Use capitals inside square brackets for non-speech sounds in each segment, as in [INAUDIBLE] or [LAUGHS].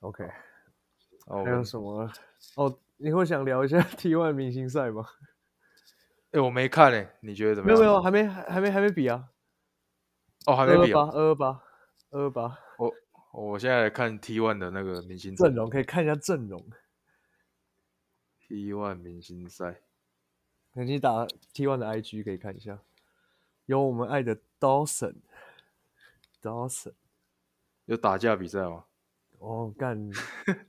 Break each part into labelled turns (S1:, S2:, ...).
S1: OK，
S2: 哦
S1: 还，有什么？哦，你会想聊一下 [LAUGHS] T1 明星赛吗？
S2: 哎，我没看诶，你觉得怎么
S1: 没有
S2: 样？
S1: 没有，还没还还没还没比啊，
S2: 哦，还
S1: 二
S2: 没
S1: 二
S2: 比
S1: 八
S2: 啊。
S1: 二二八二二八
S2: 我我现在来看 T One 的那个明星
S1: 阵容可以看一下阵容。
S2: T One 明星赛，
S1: 可以打 T1 的 IG 可以看一下，有我们爱的 Dawson，Dawson，
S2: 有打架比赛吗？
S1: 哦
S2: [LAUGHS]
S1: 干，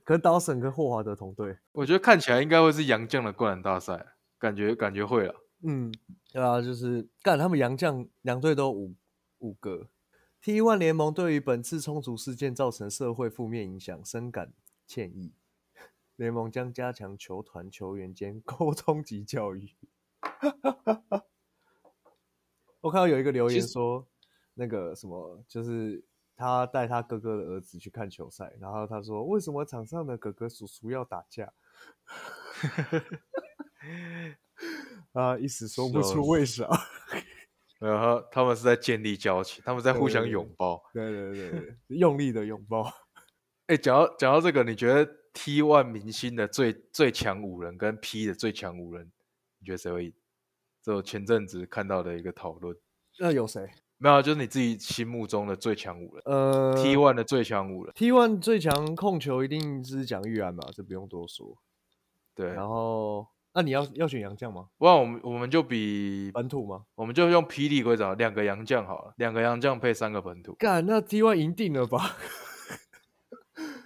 S1: 可是 Dawson 跟霍华德同队，
S2: 我觉得看起来应该会是杨绛的灌篮大赛，感觉感觉会了。
S1: 嗯，对啊，就是干他们洋将洋队都有五五个。T1 联盟对于本次冲突事件造成社会负面影响，深感歉意。联盟将加强球团球员间 [LAUGHS] 沟通及教育。 [LAUGHS] 我看到有一个留言
S2: 其实
S1: 说，那个什么，就是他带他哥哥的儿子去看球赛，然后他说，为什么场上的哥哥叔叔要打架？啊，一时说不
S2: 笑
S1: 出为啥。
S2: 然后他们是在建立交情，他们在互相
S1: 对
S2: 拥抱。
S1: 对对对对，用力的拥抱。
S2: 哎，讲到讲到这个，你觉得 T One 明星的最最强五人跟 P 的最强五人，你觉得谁会赢？这我前阵子看到的一个讨论，
S1: 那有谁？
S2: 没有啊，就是你自己心目中的最强五人、
S1: 呃
S2: t One 的最强五人，
S1: T one 最强控球一定是蒋玉安嘛，这不用多说。
S2: 对。
S1: 然后，那、你要要选杨绛吗？
S2: 不然我们我们就比
S1: 本土吗？
S2: 我们就用霹雳规则好了，两个洋将好了，两个洋将配三个本土。
S1: 干，那 T one 赢定了吧？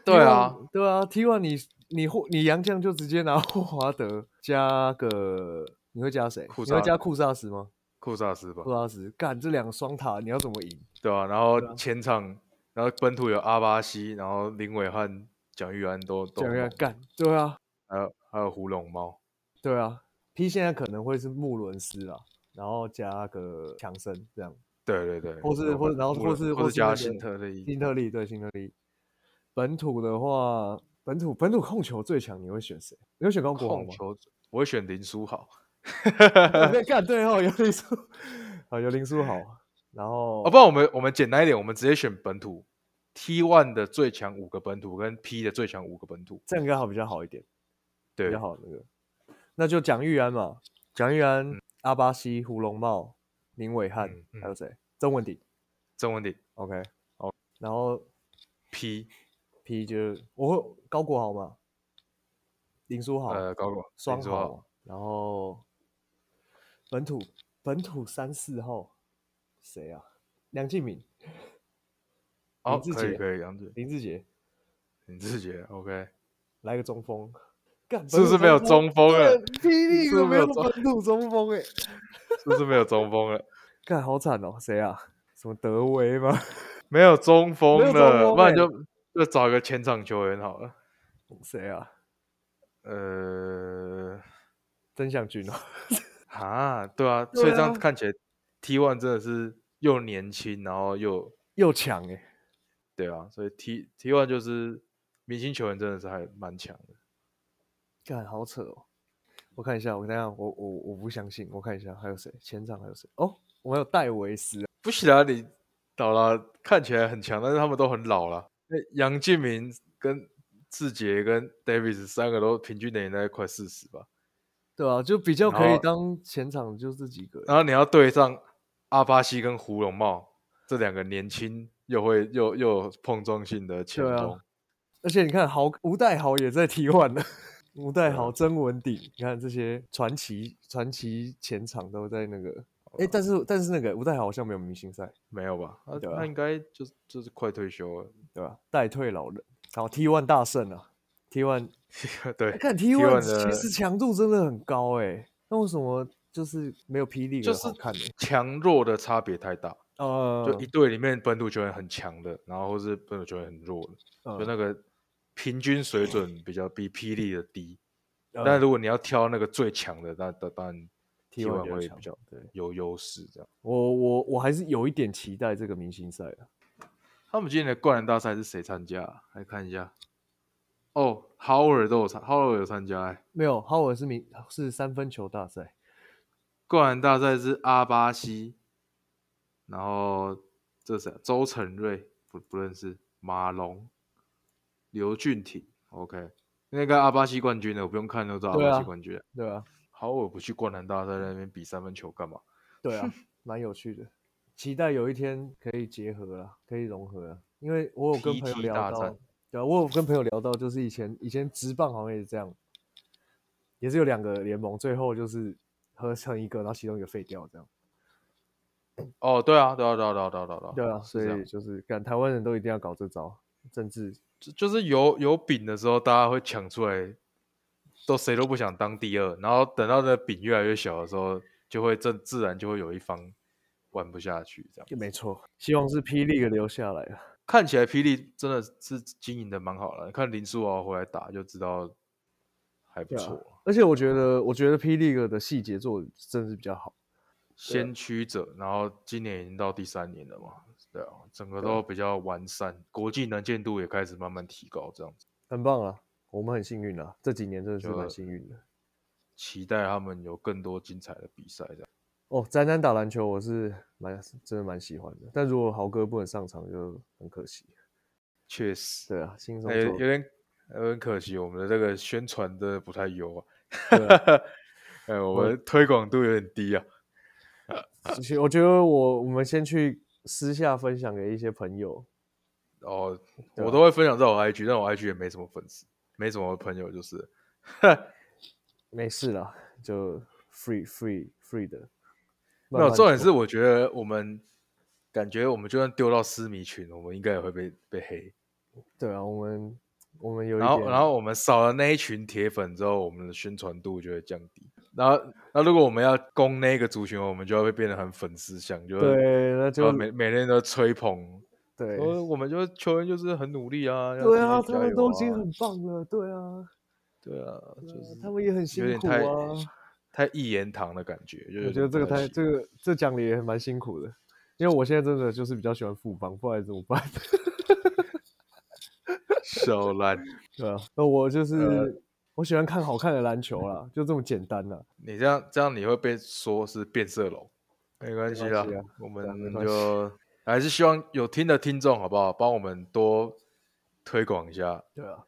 S2: 对啊，
S1: T1，对啊，T one 你你霍你杨绛就直接拿 [LAUGHS] 霍华德加个，你会加谁？
S2: 库
S1: 你会
S2: 萨
S1: 加
S2: 斯
S1: 库萨什吗？
S2: 库萨斯吧
S1: 库，萨啊什，干这两个双塔你要怎么赢？
S2: 对吧、然后前场，然后本土有阿巴西，然后林伟汉、蒋玉安都都
S1: 蒋
S2: 很
S1: 玉安
S2: 猛
S1: 干，对啊，
S2: 还有还有胡龙猫。
S1: 对啊，P 现在可能会是穆伦斯啦，然后加个强森这样，
S2: 对对对，
S1: 或是
S2: 有
S1: 或
S2: 可
S1: 然后
S2: 能
S1: 或
S2: 穆
S1: 是
S2: 勒
S1: 或
S2: 或
S1: 是那
S2: 加
S1: 个
S2: 辛特利，
S1: 新特利对新特利。本土的话，本土本土控球最强，你会选谁？你会选高国豪 [LAUGHS]
S2: 控
S1: 吗？
S2: 球，我会选林书豪。
S1: 对，干对哦，有林书，啊有林书豪，然后
S2: 哦，不然我们我们简单一点，我们直接选本土 T one 的最强五个本土跟 P 的最强五个本土。
S1: 这样刚好比较好一点，比
S2: 对
S1: 较，好那个，那就蒋玉安嘛，蒋玉安、阿巴西、胡龙茂、林伟汉
S2: 嗯，哦
S1: 还
S2: 嗯
S1: 有谁？曾文鼎
S2: 郑文鼎
S1: ，OK，好，然后
S2: P
S1: P 就是我会高国豪嘛，林书豪，
S2: 呃高国
S1: 双
S2: 林书
S1: 豪
S2: 豪
S1: 嘛，然后本土本土三四号谁啊？梁敬敏、
S2: 哦，
S1: 志
S2: 可以
S1: 杰
S2: 可以，杨子
S1: 林志杰，
S2: 林志杰 OK，
S1: 来个中锋，干
S2: [LAUGHS] 是不是没有？中锋了？
S1: 本土对霹雳
S2: 是不
S1: 都
S2: 是
S1: 没
S2: 没有
S1: 有
S2: 中
S1: 本土中锋哎、
S2: 是不是没有中锋了？
S1: 干好惨哦！谁啊？什么德维吗？ [LAUGHS]
S2: [LAUGHS] 没有中锋
S1: 没有中
S2: 了，
S1: 锋
S2: 不然
S1: 欸
S2: 就就找个前场球员好了。
S1: 谁啊？
S2: 呃，
S1: 曾祥军哦， [LAUGHS]
S2: 啊，对啊，
S1: 对
S2: 所以这样
S1: 啊
S2: 看起来 T one 真的是又年轻，然后又
S1: 又强哎、
S2: 对啊，所以 T T one 就是明星球员真的是还蛮强的。
S1: 干好扯哦！我看一下，我等一下我我我不相信，我看一下还有谁前场还有谁哦，我们有戴维斯啊
S2: 不行啊，你老了看起来很强，但是他们都很老了。那杨敬明跟志杰跟 Davis 三个都平均年龄大概快四十吧，
S1: 对啊，就比较
S2: 然
S1: 可以
S2: 后
S1: 当前场就这几个欸。
S2: 然后你要对上阿巴西跟胡龙茂这两个年轻又会又又有碰撞性的前
S1: 对啊
S2: 锋，
S1: 而且你看，豪吴代豪也在替换了， [LAUGHS] 吴代
S2: 对啊
S1: 豪、曾文鼎，你看这些传奇传奇前场都在那个。
S2: 哦
S1: 哎、但是但是那个吴代豪好像没有明星赛，
S2: 没有吧？那、
S1: 对啊
S2: 那应该就是就是快退休了， [LAUGHS]
S1: 对吧？代退老人，好 T one 大胜啊！T one
S2: 对，
S1: 看 T
S2: T1
S1: one
S2: 的
S1: 其实强度真的很高哎、那为什么就是没有霹雳
S2: 就
S1: 的
S2: 是
S1: 好看呢、
S2: 强弱的差别太大，
S1: 呃，
S2: 就一队里面本土球员很强的，然后或是本土球员很弱的，
S1: 嗯
S2: 就那个平均水准比较比霹雳的低。
S1: 呃
S2: 但如果你要挑那个最强的，那那当然
S1: T1
S2: T1
S1: 比较
S2: 会
S1: 强
S2: 比较
S1: 对
S2: 有优势。这样，
S1: 我我我还是有一点期待这个明星赛啊的。
S2: 他们今年的灌篮大赛是谁参加、啊？来看一下。哦，哈尔都有参，哈尔有参加、欸。
S1: 没有，哈维是明是三分球大赛，
S2: 灌篮大赛是阿巴西，然后这是谁啊周成瑞不不认识，马龙，刘俊廷，OK，那个阿巴西冠军的我不用看都知道阿
S1: 对
S2: 巴
S1: 啊
S2: 西冠军了。
S1: 对啊，
S2: 好，我不去灌篮大赛那边比三分球干嘛？
S1: 对啊，蛮有趣的。期待有一天可以结合啦，可以融合啦。啊因为我有跟朋友
S2: PT
S1: 聊
S2: 大
S1: 到
S2: 战，
S1: 对啊，我有跟朋友聊到，就是以前以前职棒好像也是这样，也是有两个联盟，最后就是合成一个，然后其中一个废掉这样。
S2: 哦，对啊，对啊，对啊，对啊，对啊，对啊，
S1: 对啊，
S2: 是
S1: 所
S2: 这样
S1: 以就是干台湾人都一定要搞这招，政治
S2: 就就是有有饼的时候，大家会抢出来，都谁都不想当第二，然后等到那饼越来越小的时候，就会自自然就会有一方玩不下去，这样
S1: 没错。希望是霹雳留下来了。啊
S2: 看起来霹雳真的是经营的蛮好了，看林书豪回来打就知道还不
S1: 对啊
S2: 错，
S1: 而且我觉得，我觉得霹雳的细节做得真的是比较好。
S2: 先驱者，然后今年已经到第三年了嘛，对啊，整个
S1: 对啊
S2: 都比较完善，国际能见度也开始慢慢提高，这样子，
S1: 很棒啊，我们很幸运啊，这几年真的是
S2: 就
S1: 蛮幸运的。
S2: 期待他们有更多精彩的比赛，这样。
S1: 哦，宅男打篮球我是蛮真的蛮喜欢的，但如果豪哥不能上场就很可惜。
S2: 确实，
S1: 对啊，轻松
S2: 哎、有
S1: 做。
S2: 点有点可惜，我们的这个宣传真的不太优啊。
S1: 对啊
S2: 哎、我们推广度有点低啊。
S1: 其实我觉得我我们先去私下分享给一些朋友。
S2: 哦，
S1: 对
S2: 我
S1: 啊
S2: 都会分享在我 IG，但我 IG 也没什么粉丝，没什么朋友，就是了。
S1: 没事啦，就 free free free 的。
S2: 没
S1: 慢
S2: 有
S1: 慢
S2: 重点
S1: 做
S2: 是，我觉得我们感觉我们就算丢到私密群，我们应该也会被被黑。
S1: 对啊，我们我们有一
S2: 然后，
S1: 点，
S2: 然后我们少了那一群铁粉之后，我们的宣传度就会降低。然后，那如果我们要攻那个族群，我们就会变得很粉丝向，就是
S1: 对，那
S2: 就
S1: 就
S2: 每每天都吹捧，
S1: 对
S2: 说我们就是球员就是很努力啊，要
S1: 对
S2: 继
S1: 啊，
S2: 续
S1: 他
S2: 加
S1: 们
S2: 油
S1: 都已经
S2: 啊
S1: 很棒了，对啊，
S2: 对啊，就
S1: 对啊
S2: 是
S1: 他们也很
S2: 有
S1: 辛
S2: 点
S1: 苦
S2: 太
S1: 啊。
S2: 太一言堂的感觉，就有
S1: 我觉得
S2: 点
S1: 这个
S2: 不
S1: 太
S2: 喜
S1: 这个这讲的也蛮辛苦的，因为我现在真的就是比较喜欢富邦，不然怎么办？ [LAUGHS]
S2: 手烂。
S1: 对啊，那我就是、
S2: 呃
S1: 我喜欢看好看的篮球啦，就这么简单啦。
S2: 你这样这样你会被说是变色龙，没关系啦
S1: 关系啊，
S2: 我
S1: 对啊没
S2: 们
S1: 关系
S2: 就还是希望有听的听众好不好，帮我们多推广一下，
S1: 对啊，